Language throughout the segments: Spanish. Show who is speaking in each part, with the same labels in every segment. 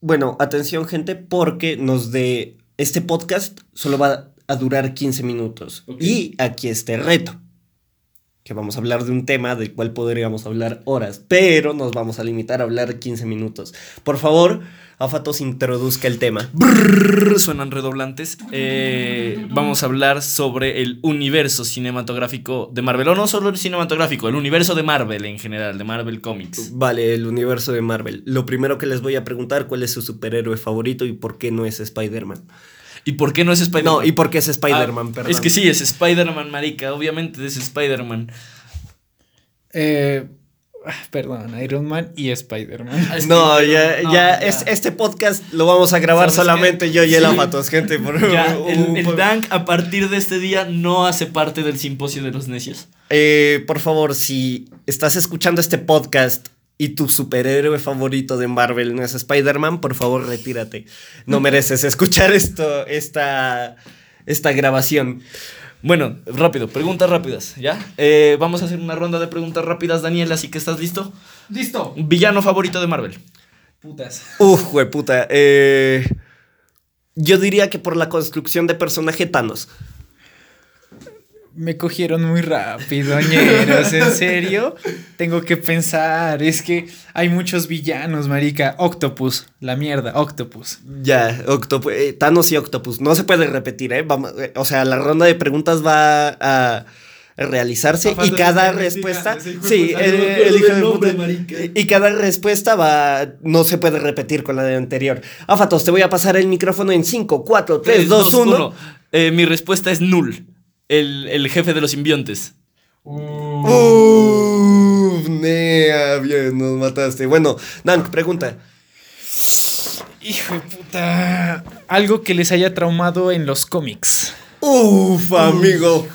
Speaker 1: Bueno, atención gente, porque nos de este podcast solo va a durar 15 minutos.
Speaker 2: Ok.
Speaker 1: Y aquí está el reto, que vamos a hablar de un tema del cual podríamos hablar horas, pero nos vamos a limitar a hablar 15 minutos. Por favor, Afatos introduzca el tema.
Speaker 2: Brr, Suenan redoblantes. Eh, vamos a hablar sobre el universo cinematográfico de Marvel. O no solo el cinematográfico, el universo de Marvel en general, de Marvel Comics.
Speaker 1: Vale, el universo de Marvel. Lo primero que les voy a preguntar, ¿cuál es su superhéroe favorito y por qué no es Spider-Man?
Speaker 2: ¿Y por qué no es Spider-Man?
Speaker 1: No, ¿y por qué es Spider-Man?
Speaker 2: Ah,
Speaker 1: Perdón.
Speaker 2: Es que sí, es Spider-Man, marica. Obviamente es Spider-Man.
Speaker 3: Eh, ah, perdón, Iron Man y Spider-Man.
Speaker 2: Ah, Es que-
Speaker 1: No, ya, ya,
Speaker 2: no, ya.
Speaker 1: es- este podcast lo vamos a grabar
Speaker 2: ¿Sabes
Speaker 1: solamente
Speaker 2: qué?
Speaker 1: yo y el
Speaker 2: Sí.
Speaker 1: Apatos, gente. Por,
Speaker 2: Ya, el,
Speaker 1: un-
Speaker 2: el
Speaker 1: por-
Speaker 2: Dank a partir de este día no hace parte del simposio de los necios.
Speaker 1: Eh, por favor, si estás escuchando este podcast y tu superhéroe favorito de Marvel no es Spider-Man, por favor, retírate. No mereces escuchar esto, esta, esta grabación.
Speaker 2: Bueno, rápido, preguntas rápidas, ¿ya? Eh, vamos a hacer una ronda de preguntas rápidas, Daniel, así que estás listo.
Speaker 3: Listo.
Speaker 2: Villano favorito de Marvel.
Speaker 3: Putas.
Speaker 1: Uf, jueputa. Eh, yo diría que por la construcción de personaje Thanos.
Speaker 3: Me cogieron muy rápido, ñeros, en serio. Tengo que pensar, es que hay muchos villanos, marica. Octopus, la mierda, Octopus.
Speaker 1: Ya, Octopu- eh, Thanos y Octopus. No se puede repetir, ¿eh? Vamos- eh, o sea, la ronda de preguntas va a realizarse
Speaker 2: Aparte
Speaker 1: y
Speaker 2: de
Speaker 1: cada
Speaker 2: que
Speaker 1: respuesta.
Speaker 2: digas, hijo de
Speaker 1: Sí,
Speaker 2: puta, no me
Speaker 1: eh,
Speaker 2: acuerdo
Speaker 1: el hijo
Speaker 2: del
Speaker 1: de
Speaker 2: nombre,
Speaker 1: puta.
Speaker 2: marica.
Speaker 1: Y cada respuesta va. No se puede repetir con la de anterior. Afatos, te voy a pasar el micrófono en 5, 4, 3, 2, 1.
Speaker 2: Eh, mi respuesta es Null, el, el jefe de los simbiontes.
Speaker 3: Uh,
Speaker 1: Uf, nea, bien, nos mataste. Bueno, Nank, pregunta.
Speaker 3: Hijo de puta. Algo que les haya traumado en los cómics.
Speaker 1: Uf, amigo.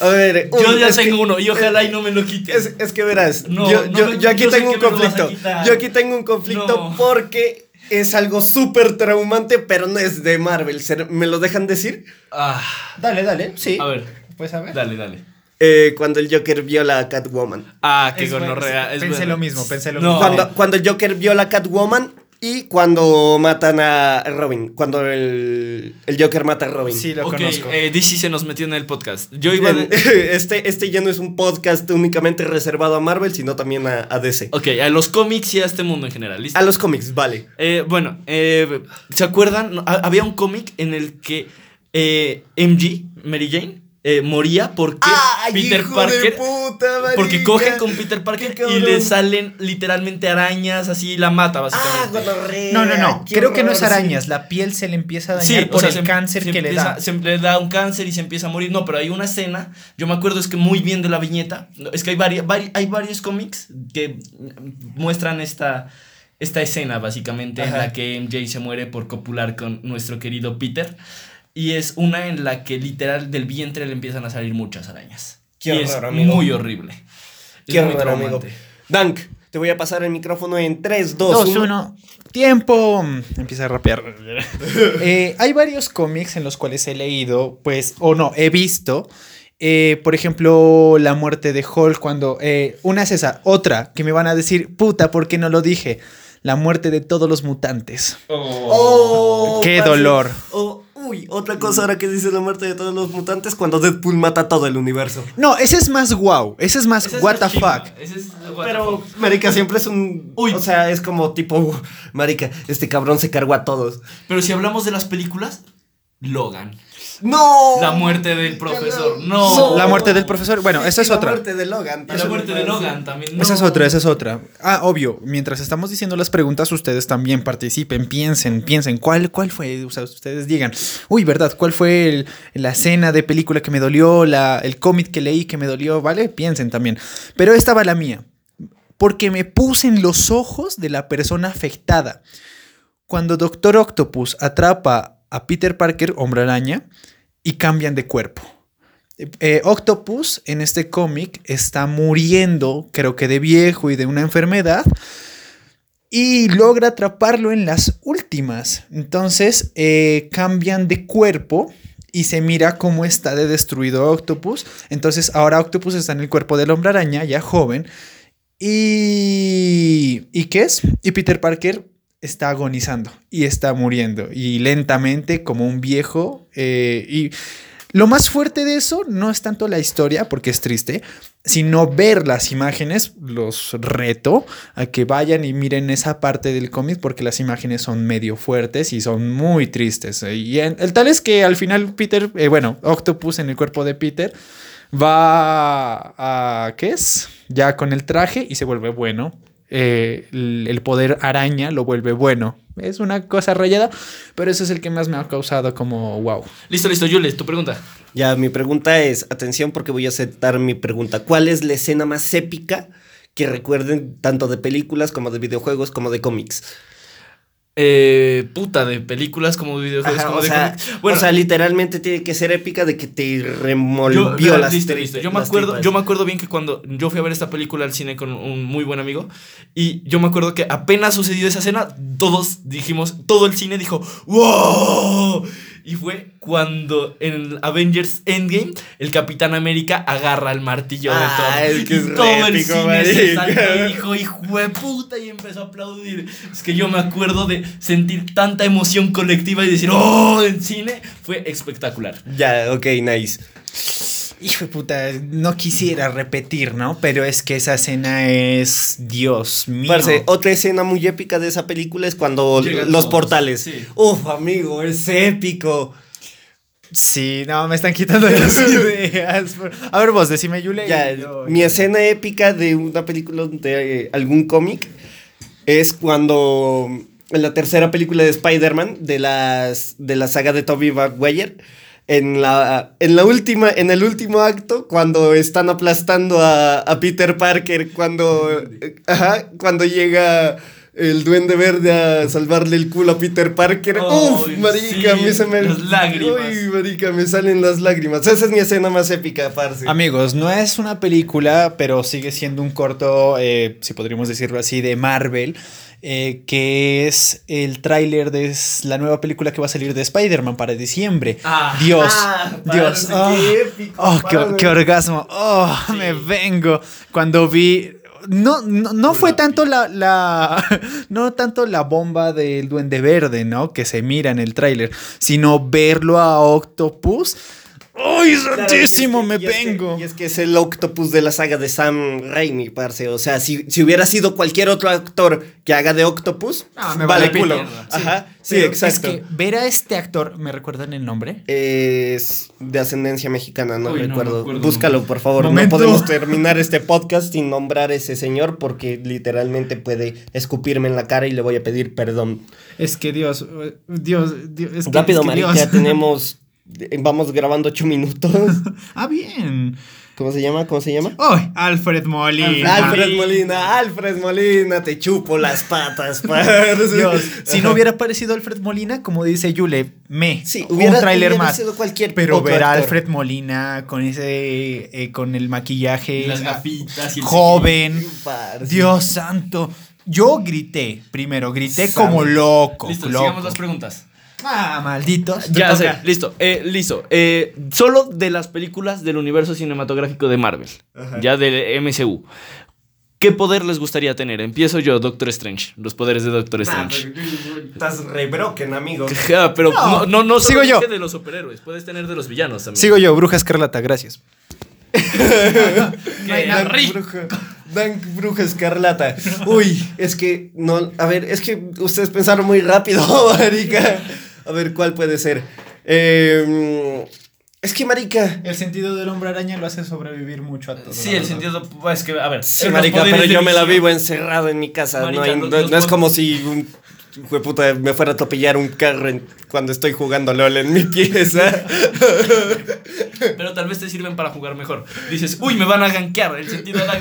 Speaker 1: A ver,
Speaker 2: Yo
Speaker 1: uf,
Speaker 2: ya
Speaker 1: es que-
Speaker 2: tengo uno y ojalá y no me lo quite.
Speaker 1: Es, es que verás,
Speaker 2: No,
Speaker 1: yo,
Speaker 2: no
Speaker 1: yo-
Speaker 2: me-
Speaker 1: yo aquí
Speaker 2: yo sé
Speaker 1: tengo un
Speaker 2: que me lo vas a
Speaker 1: conflicto.
Speaker 2: quitar.
Speaker 1: Yo aquí tengo un conflicto
Speaker 2: No.
Speaker 1: porque es algo súper traumante, pero no es de Marvel. ¿Se- ¿Me lo dejan decir?
Speaker 2: Ah,
Speaker 1: Dale, dale, sí.
Speaker 2: a ver,
Speaker 3: Pues a ver.
Speaker 2: dale, dale.
Speaker 1: Eh, cuando el Joker viola a Catwoman.
Speaker 2: Ah, qué
Speaker 3: Es bueno,
Speaker 2: gonorrea.
Speaker 3: es-
Speaker 2: es
Speaker 3: pensé
Speaker 2: bueno.
Speaker 3: lo mismo, pensé lo
Speaker 2: No. eh,
Speaker 3: mismo.
Speaker 1: Cuando, cuando el Joker viola a Catwoman y cuando matan a Robin. Cuando el, el Joker mata a Robin.
Speaker 3: Sí, lo
Speaker 2: Ok,
Speaker 3: conozco.
Speaker 2: eh, DC se nos metió en el podcast. Yo iba
Speaker 1: Bien,
Speaker 2: de...
Speaker 1: Este, este ya no es un podcast únicamente reservado a Marvel, sino también a, a DC.
Speaker 2: Ok, a los cómics y a este mundo en general, ¿listo?
Speaker 1: A los cómics, vale.
Speaker 2: Eh, bueno, eh, ¿se acuerdan? No, ha- Había un cómic en el que eh, MG, Mary Jane, eh, moría porque
Speaker 1: ¡Ay,
Speaker 2: Peter
Speaker 1: hijo de
Speaker 2: Parker.
Speaker 1: puta,
Speaker 2: Porque
Speaker 1: marica!
Speaker 2: cogen con Peter Parker
Speaker 1: ¡Qué
Speaker 2: y
Speaker 1: cabrón!
Speaker 2: le salen literalmente arañas así y la mata,
Speaker 1: Ah,
Speaker 2: básicamente.
Speaker 1: gonorrea,
Speaker 3: No, no, no.
Speaker 1: qué
Speaker 3: Creo que no es
Speaker 1: horror,
Speaker 3: arañas. La piel se le empieza a dañar
Speaker 2: Sí, o
Speaker 3: por
Speaker 2: sea,
Speaker 3: el
Speaker 2: se em-
Speaker 3: cáncer
Speaker 2: se
Speaker 3: que le
Speaker 2: empieza-
Speaker 3: da.
Speaker 2: Se le da un cáncer y se empieza a morir. No, pero hay una escena. Yo me acuerdo, es que muy bien de la viñeta. no, Es que hay, vari- vari- hay varios cómics que mm, muestran esta, esta escena, básicamente, en
Speaker 3: Ajá.
Speaker 2: la que MJ se muere por copular con nuestro querido Peter. Y es una en la que literal del vientre le empiezan a salir muchas arañas.
Speaker 1: Qué
Speaker 2: y es
Speaker 1: horror, amigo.
Speaker 2: muy horrible. Es
Speaker 1: Qué
Speaker 2: muy
Speaker 1: horror, amigo.
Speaker 2: traumante.
Speaker 1: Dank, te voy a pasar el micrófono en 3, 2,
Speaker 3: 2,
Speaker 1: 1.
Speaker 3: 1. Tiempo. Empieza a rapear. Eh, hay varios cómics en los cuales he leído, pues, o no, he visto. eh, por ejemplo, la muerte de Hulk cuando... eh, una es esa, otra, que me van a decir, puta, ¿por qué no lo dije? La muerte de todos los mutantes.
Speaker 1: Oh,
Speaker 3: Qué dolor.
Speaker 1: Oh, uy, otra cosa ahora que dice la muerte de todos los mutantes cuando Deadpool mata a todo el universo.
Speaker 3: No, ese es más wow, ese es más
Speaker 2: Ese es
Speaker 3: what
Speaker 2: el
Speaker 3: the
Speaker 2: chimba,
Speaker 3: fuck.
Speaker 2: ese es el what the
Speaker 1: Pero,
Speaker 2: fuck.
Speaker 1: marica, siempre es un...
Speaker 2: Uy.
Speaker 1: O sea, es como tipo, uh, marica, este cabrón se cargó a todos.
Speaker 2: Pero si hablamos de las películas, Logan.
Speaker 1: ¡No!
Speaker 2: La muerte del profesor. No.
Speaker 3: La muerte del profesor, bueno, esa es
Speaker 1: la
Speaker 3: otra.
Speaker 1: muerte de Logan.
Speaker 2: Y la muerte de Logan también. no.
Speaker 3: Esa es otra, esa es otra. Ah, obvio, mientras estamos diciendo las preguntas, ustedes también participen, piensen, piensen, ¿cuál, cuál fue? O sea, ustedes digan, uy, ¿verdad? ¿Cuál fue el- la escena de película que me dolió, la, el cómic que leí que me dolió, ¿vale? Piensen también. Pero esta va la mía, porque me puse en los ojos de la persona afectada. Cuando Doctor Octopus atrapa a Peter Parker, hombre araña, y cambian de cuerpo. Eh, Octopus en este cómic está muriendo, creo que de viejo y de una enfermedad, y logra atraparlo en las últimas. Entonces eh, cambian de cuerpo y se mira cómo está de destruido Octopus. Entonces ahora Octopus está en el cuerpo del hombre araña, ya joven. Y... ¿Y qué es? Y Peter Parker está agonizando y está muriendo. Y lentamente, como un viejo. eh, y lo más fuerte de eso no es tanto la historia, porque es triste, sino ver las imágenes. Los reto a que vayan y miren esa parte del cómic, porque las imágenes son medio fuertes y son muy tristes. Y en- el tal es que al final, Peter, eh, bueno, Octopus en el cuerpo de Peter. Va a. ¿Qué es? Ya con el traje y se vuelve bueno eh, el el poder araña lo vuelve bueno. Es una cosa rayada, pero eso es el que más me ha causado como wow.
Speaker 2: Listo, listo, Jules, tu pregunta.
Speaker 1: Ya, mi pregunta es, atención porque voy a aceptar mi pregunta. ¿Cuál es la escena más épica que recuerden tanto de películas como de videojuegos como de cómics?
Speaker 2: Eh, puta, de películas como videojuegos,
Speaker 1: Ajá,
Speaker 2: como
Speaker 1: o,
Speaker 2: de
Speaker 1: sea,
Speaker 2: cómic. Bueno,
Speaker 1: o sea, literalmente tiene que ser épica de que te
Speaker 2: yo,
Speaker 1: remolvió
Speaker 2: yo-
Speaker 1: las
Speaker 2: listo,
Speaker 1: tri-
Speaker 2: listo. Yo me
Speaker 1: las
Speaker 2: acuerdo,
Speaker 1: tripas.
Speaker 2: yo me acuerdo bien que cuando yo fui a ver esta película al cine con un muy buen amigo y yo me acuerdo que apenas sucedió esa escena, todos dijimos, todo el cine dijo, "Wow!" Y fue cuando en Avengers Endgame el Capitán América agarra el martillo de
Speaker 1: Ah,
Speaker 2: Thor.
Speaker 1: es que
Speaker 2: y
Speaker 1: es re
Speaker 2: todo el
Speaker 1: épico,
Speaker 2: cine se
Speaker 1: marica.
Speaker 2: saltó y dijo, hijo de puta, y empezó a aplaudir. Es que yo me acuerdo de sentir tanta emoción colectiva y decir, oh, en cine fue espectacular.
Speaker 1: Ya, ok, nice.
Speaker 3: Hijo de puta, no quisiera repetir, ¿no? Pero es que esa escena es Dios mío.
Speaker 1: Parce, otra escena muy épica de esa película es cuando
Speaker 2: Llegan
Speaker 1: los
Speaker 2: todos,
Speaker 1: portales.
Speaker 2: sí.
Speaker 1: Uf, amigo, es épico.
Speaker 3: Sí, no, me están quitando las ideas. A ver, vos, decime, Yule.
Speaker 1: Ya,
Speaker 3: y yo-
Speaker 1: mi escena épica de una película de eh, algún cómic es cuando en la tercera película de Spider-Man de las de la saga de Tobey Maguire en la en la última en el último acto cuando están aplastando a, a Peter Parker cuando eh, ajá, cuando llega el duende verde a salvarle el culo a Peter Parker.
Speaker 2: Oh,
Speaker 1: Uf, marica,
Speaker 2: sí,
Speaker 1: a mí se me
Speaker 2: las lágrimas.
Speaker 1: Uy, marica, me salen las lágrimas. Esa es mi escena más épica, parce.
Speaker 3: Amigos, no es una película, pero sigue siendo un corto, eh, si podríamos decirlo así, de Marvel, eh, que es el tráiler de s- la nueva película que va a salir de Spider-Man para diciembre.
Speaker 2: Ah.
Speaker 3: Dios,
Speaker 1: Ah,
Speaker 3: Dios.
Speaker 1: parce,
Speaker 3: ah.
Speaker 1: qué épico,
Speaker 3: Oh, qué,
Speaker 1: parce.
Speaker 3: qué orgasmo. Oh, me vengo. Cuando vi... No, no, no fue tanto la, la- No tanto la bomba del duende verde, ¿no? Que se mira en el tráiler, sino verlo a Octopus. ¡Ay,
Speaker 1: Claro, y es
Speaker 3: santísimo!
Speaker 1: que-
Speaker 3: me
Speaker 1: y es que-
Speaker 3: vengo.
Speaker 1: y es que es el octopus de la saga de Sam Raimi, parce. O sea, si, si hubiera sido cualquier otro actor que haga de octopus,
Speaker 3: Ah, me
Speaker 1: vale
Speaker 2: vale
Speaker 1: culo.
Speaker 2: mierda.
Speaker 1: Ajá, sí,
Speaker 3: Pero
Speaker 1: exacto.
Speaker 3: Es que ver a este actor, ¿me recuerdan el nombre?
Speaker 1: Es de ascendencia mexicana, no
Speaker 2: Uy, no me
Speaker 1: recuerdo.
Speaker 2: acuerdo.
Speaker 1: Búscalo, por favor.
Speaker 3: Momento.
Speaker 1: No podemos terminar este podcast sin nombrar a ese señor porque literalmente puede escupirme en la cara y le voy a pedir perdón.
Speaker 3: Es que Dios, Dios, Dios. Es
Speaker 1: Rápido, marica, ya tenemos... Vamos grabando ocho minutos.
Speaker 3: Ah, bien.
Speaker 1: ¿Cómo se llama? ¿Cómo se llama?
Speaker 3: Oh, Alfred Molina.
Speaker 1: Alfred Molina, Alfred Molina, te chupo las patas, parce.
Speaker 3: Dios, si no
Speaker 1: Ajá.
Speaker 3: hubiera aparecido Alfred Molina, como dice Yule, me.
Speaker 1: Sí, hubiera-
Speaker 3: un tráiler
Speaker 1: hubiera
Speaker 3: más.
Speaker 1: sido cualquier
Speaker 3: Pero
Speaker 1: otro
Speaker 3: ver a
Speaker 1: actor.
Speaker 3: Alfred Molina con ese, eh, con el maquillaje
Speaker 2: Las
Speaker 3: ah,
Speaker 2: gafitas y el
Speaker 3: joven.
Speaker 1: Parce.
Speaker 3: Dios santo. Yo grité, primero grité
Speaker 1: Santo.
Speaker 3: como loco.
Speaker 2: Listo,
Speaker 3: loco.
Speaker 2: sigamos las preguntas.
Speaker 3: Ah, malditos.
Speaker 2: Ya
Speaker 3: Te
Speaker 2: sé,
Speaker 3: toca.
Speaker 2: listo, eh, listo. Eh, solo de las películas del universo cinematográfico de Marvel, ya del MCU. ¿Qué poder les gustaría tener? Empiezo yo, Doctor Strange. Los poderes de Doctor
Speaker 1: Ah,
Speaker 2: Strange.
Speaker 1: pero- Estás re broken, amigo.
Speaker 2: Ja, pero
Speaker 3: No.
Speaker 2: no, no, no solo
Speaker 3: Sigo yo.
Speaker 2: dije de los superhéroes, puedes tener de los villanos también.
Speaker 3: Sigo yo, Bruja Escarlata, gracias.
Speaker 2: Que la
Speaker 1: Dank
Speaker 2: rica.
Speaker 1: Bruja, Dank Bruja Escarlata. Uy, es que no, a ver, es que ustedes pensaron muy rápido, marica. A ver, ¿cuál puede ser? Eh, es que, marica,
Speaker 3: El sentido del hombre araña lo hace sobrevivir mucho a todo.
Speaker 2: Sí, el sentido es que a ver,
Speaker 1: Sí,
Speaker 2: los
Speaker 1: marica,
Speaker 2: poderes
Speaker 1: pero
Speaker 2: de
Speaker 1: yo me la
Speaker 2: visión-
Speaker 1: vivo encerrado en mi casa.
Speaker 2: Marica,
Speaker 1: no hay-
Speaker 2: los-
Speaker 1: no-
Speaker 2: los
Speaker 1: no es
Speaker 2: pod-
Speaker 1: como si un jueputa me fuera a atropellar un carro en- cuando estoy jugando LOL en mi pieza.
Speaker 2: Pero tal vez te sirven para jugar mejor. Dices, "Uy, me van a gankear." El sentido de la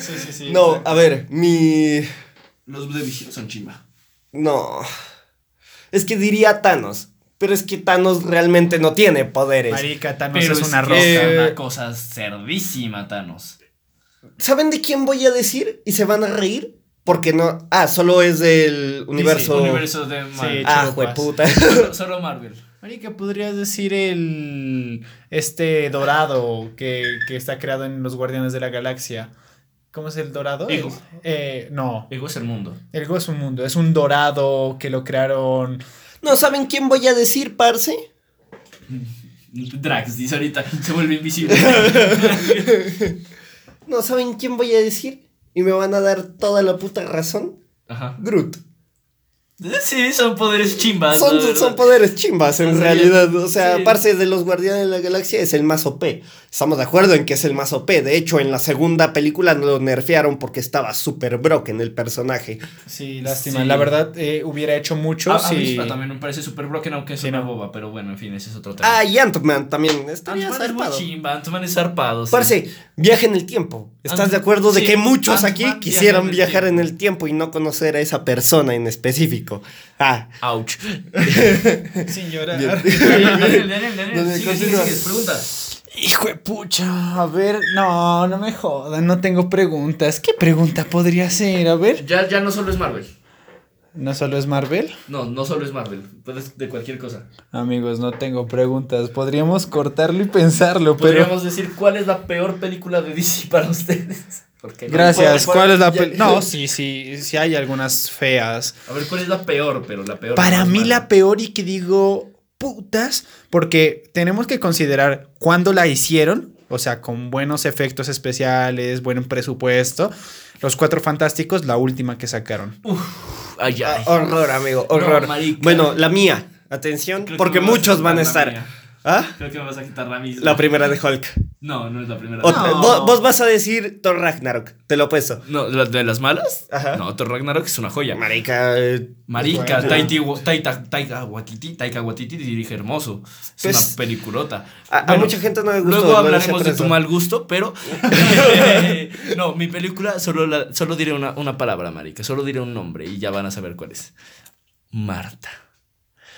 Speaker 2: Sí, sí, sí.
Speaker 1: no, a ver, mi.
Speaker 2: los de visión son chimba.
Speaker 1: No. Es que diría Thanos. Pero es que Thanos realmente no tiene poderes.
Speaker 3: Marica, Thanos
Speaker 2: Pero
Speaker 3: es una roca.
Speaker 1: que-
Speaker 2: una cosa cerdísima, Thanos.
Speaker 1: ¿Saben de quién voy a decir? Y se van a reír. Porque no. Ah, solo es del universo.
Speaker 2: Dice, universo de Marvel.
Speaker 3: Sí.
Speaker 1: Ah,
Speaker 3: Chupas.
Speaker 1: jueputa.
Speaker 2: Solo, solo Marvel.
Speaker 3: Marica, podrías decir el. Este dorado que, que está creado en los Guardianes de la Galaxia. ¿Cómo es el dorado?
Speaker 2: Ego.
Speaker 3: Es- eh, no.
Speaker 2: Ego es el mundo.
Speaker 3: El Ego es un mundo. Es un dorado que lo crearon.
Speaker 1: ¿No saben quién voy a decir, parce?
Speaker 2: Drax, dice ahorita, se vuelve invisible.
Speaker 1: ¿No saben quién voy a decir? Y me van a dar toda la puta razón.
Speaker 2: Ajá.
Speaker 1: Groot.
Speaker 2: Sí, son poderes chimbas. la
Speaker 1: Son,
Speaker 2: verdad.
Speaker 1: son poderes chimbas en
Speaker 2: Sí,
Speaker 1: realidad. O sea,
Speaker 2: sí.
Speaker 1: parce de los Guardianes de la Galaxia es el más OP. Estamos de acuerdo en que es el más OP. De hecho, en la segunda película lo nerfearon porque estaba súper broken el personaje.
Speaker 3: Sí, lástima.
Speaker 2: Sí.
Speaker 3: La verdad, eh, hubiera hecho mucho
Speaker 2: A, a
Speaker 3: si.
Speaker 2: Avispa Ah, también me parece súper broken, aunque es
Speaker 3: Sí,
Speaker 2: una
Speaker 3: no.
Speaker 2: boba, pero bueno, en fin, ese es otro tema.
Speaker 1: Ah, y Ant-Man también. Estaría
Speaker 2: Ant-Man es muy
Speaker 1: zarpado.
Speaker 2: chimba, Ant-Man es zarpado. sí.
Speaker 1: Parce, viaje en el tiempo. ¿Estás
Speaker 2: Ant-
Speaker 1: de acuerdo de
Speaker 2: sí,
Speaker 1: que muchos
Speaker 2: Ant-Man
Speaker 1: aquí
Speaker 2: viaja en
Speaker 1: quisieran
Speaker 2: el
Speaker 1: viajar en
Speaker 2: tiempo.
Speaker 1: el tiempo y no conocer a esa persona en específico? Ah,
Speaker 2: Ouch.
Speaker 3: Sin llorar.
Speaker 2: Daniel, Daniel,
Speaker 3: Dale,
Speaker 2: Daniel, sigue, sigue,
Speaker 3: continúa.
Speaker 2: sigue, pregunta.
Speaker 3: Hijo de pucha. A ver, no, no me jodan. No tengo preguntas. ¿Qué pregunta podría ser? A ver.
Speaker 2: Ya, ya no solo es Marvel.
Speaker 3: ¿No solo es Marvel?
Speaker 2: No, no solo es Marvel. Puedes de cualquier cosa.
Speaker 3: Amigos, no tengo preguntas. Podríamos cortarlo y pensarlo, pero.
Speaker 2: Podríamos decir cuál es la peor película de DC para ustedes. Porque no
Speaker 3: Gracias.
Speaker 2: puedo-
Speaker 3: Eh, ¿Cuál es la
Speaker 1: ya-
Speaker 3: pel- No, sí, sí, sí hay algunas feas.
Speaker 2: A ver, ¿cuál es la peor? Pero la peor.
Speaker 3: Para
Speaker 2: no es
Speaker 3: mí
Speaker 2: Marvel.
Speaker 3: la peor y que digo putas, porque tenemos que considerar cuándo la hicieron, o sea, con buenos efectos especiales, buen presupuesto. Los Cuatro Fantásticos, la última que sacaron.
Speaker 2: Ay, ay.
Speaker 1: horror, amigo, horror.
Speaker 2: marica.
Speaker 1: bueno, la mía. Atención,
Speaker 2: Creo que
Speaker 1: porque
Speaker 2: me vas a
Speaker 1: muchos van a
Speaker 2: quitar
Speaker 1: estar.
Speaker 2: la
Speaker 1: ¿Ah?
Speaker 2: Creo que me vas a quitar la misma.
Speaker 1: La primera de Hulk.
Speaker 2: no, no es la primera.
Speaker 1: Otra-
Speaker 3: No.
Speaker 1: Vos, vos vas a decir Thor Ragnarok, te lo apuesto.
Speaker 2: No, ¿la- de las malas.
Speaker 1: Ajá.
Speaker 2: No, Thor Ragnarok es una joya.
Speaker 1: Marica, eh,
Speaker 2: Marica,
Speaker 3: Bueno.
Speaker 2: Taiti Wa- Taita- Taika Waititi, Taika Waititi dirige hermoso. Es
Speaker 1: Pues,
Speaker 2: una peliculota.
Speaker 1: a- a mucha gente no le gustó,
Speaker 2: Luego
Speaker 1: no le
Speaker 2: hablaremos de
Speaker 1: sorpresa.
Speaker 2: tu mal gusto, pero. no, mi película solo, la- solo diré una, una palabra, Marica. Solo diré un nombre y ya van a saber cuál es. Marta.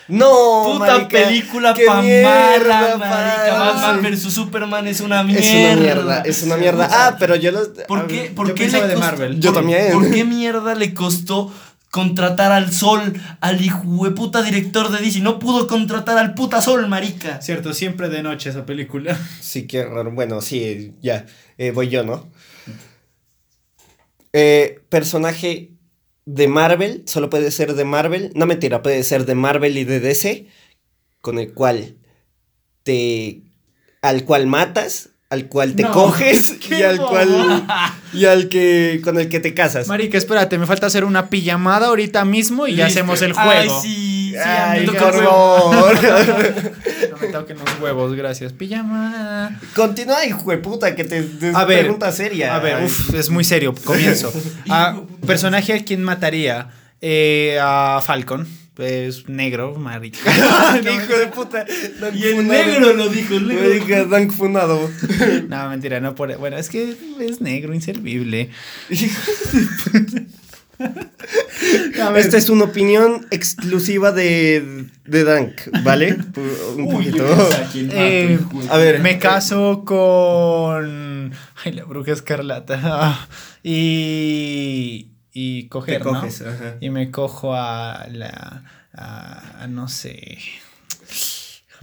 Speaker 1: no.
Speaker 2: Puta
Speaker 1: marica,
Speaker 2: película
Speaker 1: qué
Speaker 2: pa'
Speaker 1: mierda,
Speaker 2: mala, Marica.
Speaker 1: parce.
Speaker 2: Batman vs Superman es una mierda.
Speaker 1: Es una mierda, es una mierda. Ah, pero yo los.
Speaker 2: ¿Por
Speaker 1: a
Speaker 2: qué,
Speaker 1: ver,
Speaker 2: por
Speaker 3: yo
Speaker 2: qué
Speaker 3: pensaba
Speaker 2: le
Speaker 3: de
Speaker 2: costó-
Speaker 3: Marvel.
Speaker 1: Yo
Speaker 2: por-
Speaker 1: también.
Speaker 2: ¿Por qué mierda le costó contratar al Sol, al hijueputa director de DC? No pudo contratar al puta Sol, marica.
Speaker 3: Cierto, siempre de noche esa película.
Speaker 1: Sí, qué raro. Bueno, sí, ya. Eh, voy yo, ¿no? Eh, personaje de Marvel, solo puede ser de Marvel. No mentira, puede ser de Marvel y de DC. Con el cual te. Al cual matas, al cual te
Speaker 3: No,
Speaker 1: coges
Speaker 3: qué
Speaker 1: y al cual.
Speaker 2: bobada.
Speaker 1: Y al que. con el que te casas.
Speaker 3: Marica, espérate, me falta hacer una pijamada ahorita mismo y ya
Speaker 2: Listo.
Speaker 3: hacemos el
Speaker 2: Ay,
Speaker 3: juego.
Speaker 2: sí, sí,
Speaker 1: Ay,
Speaker 2: amigo.
Speaker 3: me
Speaker 1: por
Speaker 3: toca el
Speaker 1: favor.
Speaker 3: No me toquen los huevos, gracias. Pijamada.
Speaker 1: Continúa, hijo de puta, que te. te-
Speaker 3: A ver,
Speaker 1: pregunta seria.
Speaker 3: A ver,
Speaker 1: Ay,
Speaker 3: uf, es muy serio. Comienzo. Ah, personaje a quien mataría. Eh, a Falcon. Es negro, marica.
Speaker 1: hijo de puta. Dank
Speaker 2: Y el
Speaker 1: funado.
Speaker 2: negro lo dijo, el negro.
Speaker 1: Oiga, Dank funado.
Speaker 3: No, mentira, no por. Bueno, es que es negro, inservible. A ver,
Speaker 1: Esta es una opinión exclusiva de, de Dank, ¿vale? Por Un poquito.
Speaker 3: eh,
Speaker 1: A ver.
Speaker 3: me caso con. Ay, la bruja escarlata. Ah, Y. Y
Speaker 1: Te
Speaker 3: coger, ¿no? Eh,
Speaker 1: coges, ah. ajá.
Speaker 3: Y me cojo a la. A, a no sé.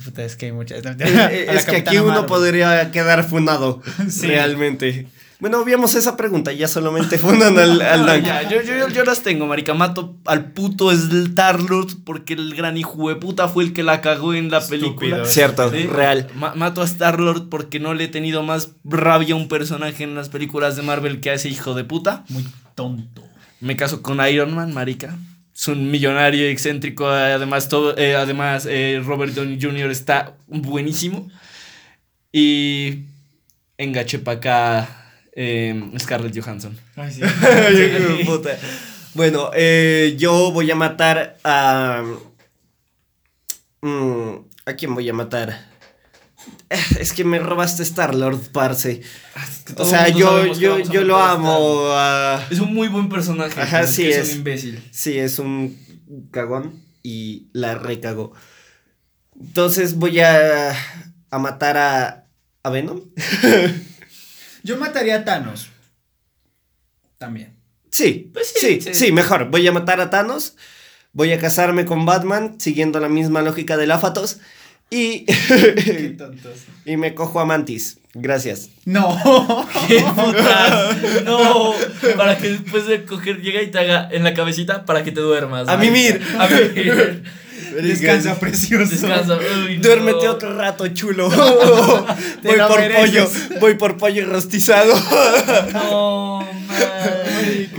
Speaker 3: Puta, es que hay muchas. a la
Speaker 1: Eh, Es que
Speaker 3: Capitana
Speaker 1: aquí uno
Speaker 3: Marvel.
Speaker 1: podría quedar funado,
Speaker 3: Sí.
Speaker 1: realmente. Bueno, obviamos esa pregunta, ya solamente funan al, al
Speaker 2: No,
Speaker 1: Dank.
Speaker 2: ya, yo, yo- yo- yo las tengo, marica. Mato al puto Starlord porque el gran hijo de puta fue el que la cagó en la
Speaker 3: Estúpido.
Speaker 2: película.
Speaker 1: Cierto,
Speaker 2: Sí.
Speaker 1: real.
Speaker 2: Ma- mato a Star-Lord porque no le he tenido más rabia a un personaje en las películas de Marvel que a ese hijo de puta.
Speaker 3: Muy tonto.
Speaker 2: Me caso con Iron Man, marica. Es un millonario excéntrico. eh, Además, todo, eh, además eh, Robert Downey Jr. está buenísimo. Y engaché para acá eh, Scarlett Johansson.
Speaker 1: Hijo de puta. Bueno, eh, yo voy a matar a. Mm, ¿A quién voy a matar? Eh, Es que me robaste Star Lord, parce. O
Speaker 2: todo
Speaker 1: sea,
Speaker 2: mundo
Speaker 1: yo,
Speaker 2: sabemos que
Speaker 1: yo,
Speaker 2: vamos a
Speaker 1: yo lo
Speaker 2: matar a
Speaker 1: amo. ah,
Speaker 2: Es un muy buen personaje.
Speaker 1: Ajá,
Speaker 2: pero
Speaker 1: sí
Speaker 2: que
Speaker 1: es.
Speaker 2: un imbécil.
Speaker 1: sí, es un cagón y la recagó. Entonces voy a, a matar a, a Venom.
Speaker 3: Yo mataría a Thanos. También.
Speaker 1: Sí,
Speaker 2: Pues
Speaker 1: sí,
Speaker 2: sí,
Speaker 1: sí,
Speaker 2: sí.
Speaker 1: mejor. Voy a matar a Thanos. Voy a casarme con Batman, siguiendo la misma lógica de Láfatos. Y,
Speaker 3: tontos.
Speaker 1: y me cojo a Mantis. Gracias.
Speaker 3: No.
Speaker 2: ¡Qué putas! No, para que después de coger llegue y te haga en la cabecita para que te duermas.
Speaker 1: A
Speaker 2: Ay,
Speaker 1: mimir.
Speaker 2: A mimir.
Speaker 3: Descansa, precioso.
Speaker 2: Descansa. Uy, no.
Speaker 1: Duérmete otro rato, chulo.
Speaker 3: Te
Speaker 1: voy
Speaker 3: la
Speaker 1: por pollo.
Speaker 3: mereces.
Speaker 1: Voy por pollo rostizado.
Speaker 2: No, man.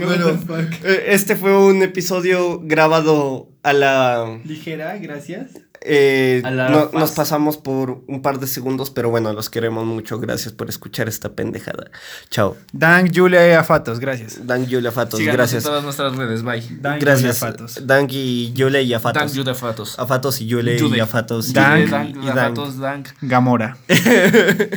Speaker 1: Bueno, eh, este fue un episodio grabado a la.
Speaker 3: Ligera, gracias.
Speaker 1: eh,
Speaker 2: A la
Speaker 1: no-
Speaker 2: faz.
Speaker 1: nos pasamos por un par de segundos, pero bueno, los queremos mucho. Gracias por escuchar esta pendejada. Chao.
Speaker 3: Dan Julia y Afatos, gracias.
Speaker 1: Dan Yulia Fatos,
Speaker 2: Síganos
Speaker 1: gracias.
Speaker 2: en todas nuestras redes. Bye.
Speaker 3: Dan
Speaker 1: gracias.
Speaker 3: Julia Afatos.
Speaker 1: Dan y Yule y
Speaker 2: Dank
Speaker 1: Afatos.
Speaker 2: Yuda Fatos.
Speaker 1: Afatos y Yule y
Speaker 2: Yude.
Speaker 1: Afatos. y-
Speaker 3: Dank
Speaker 2: Dank,
Speaker 1: y Dank.
Speaker 2: Fatos, Dank.
Speaker 3: Gamora.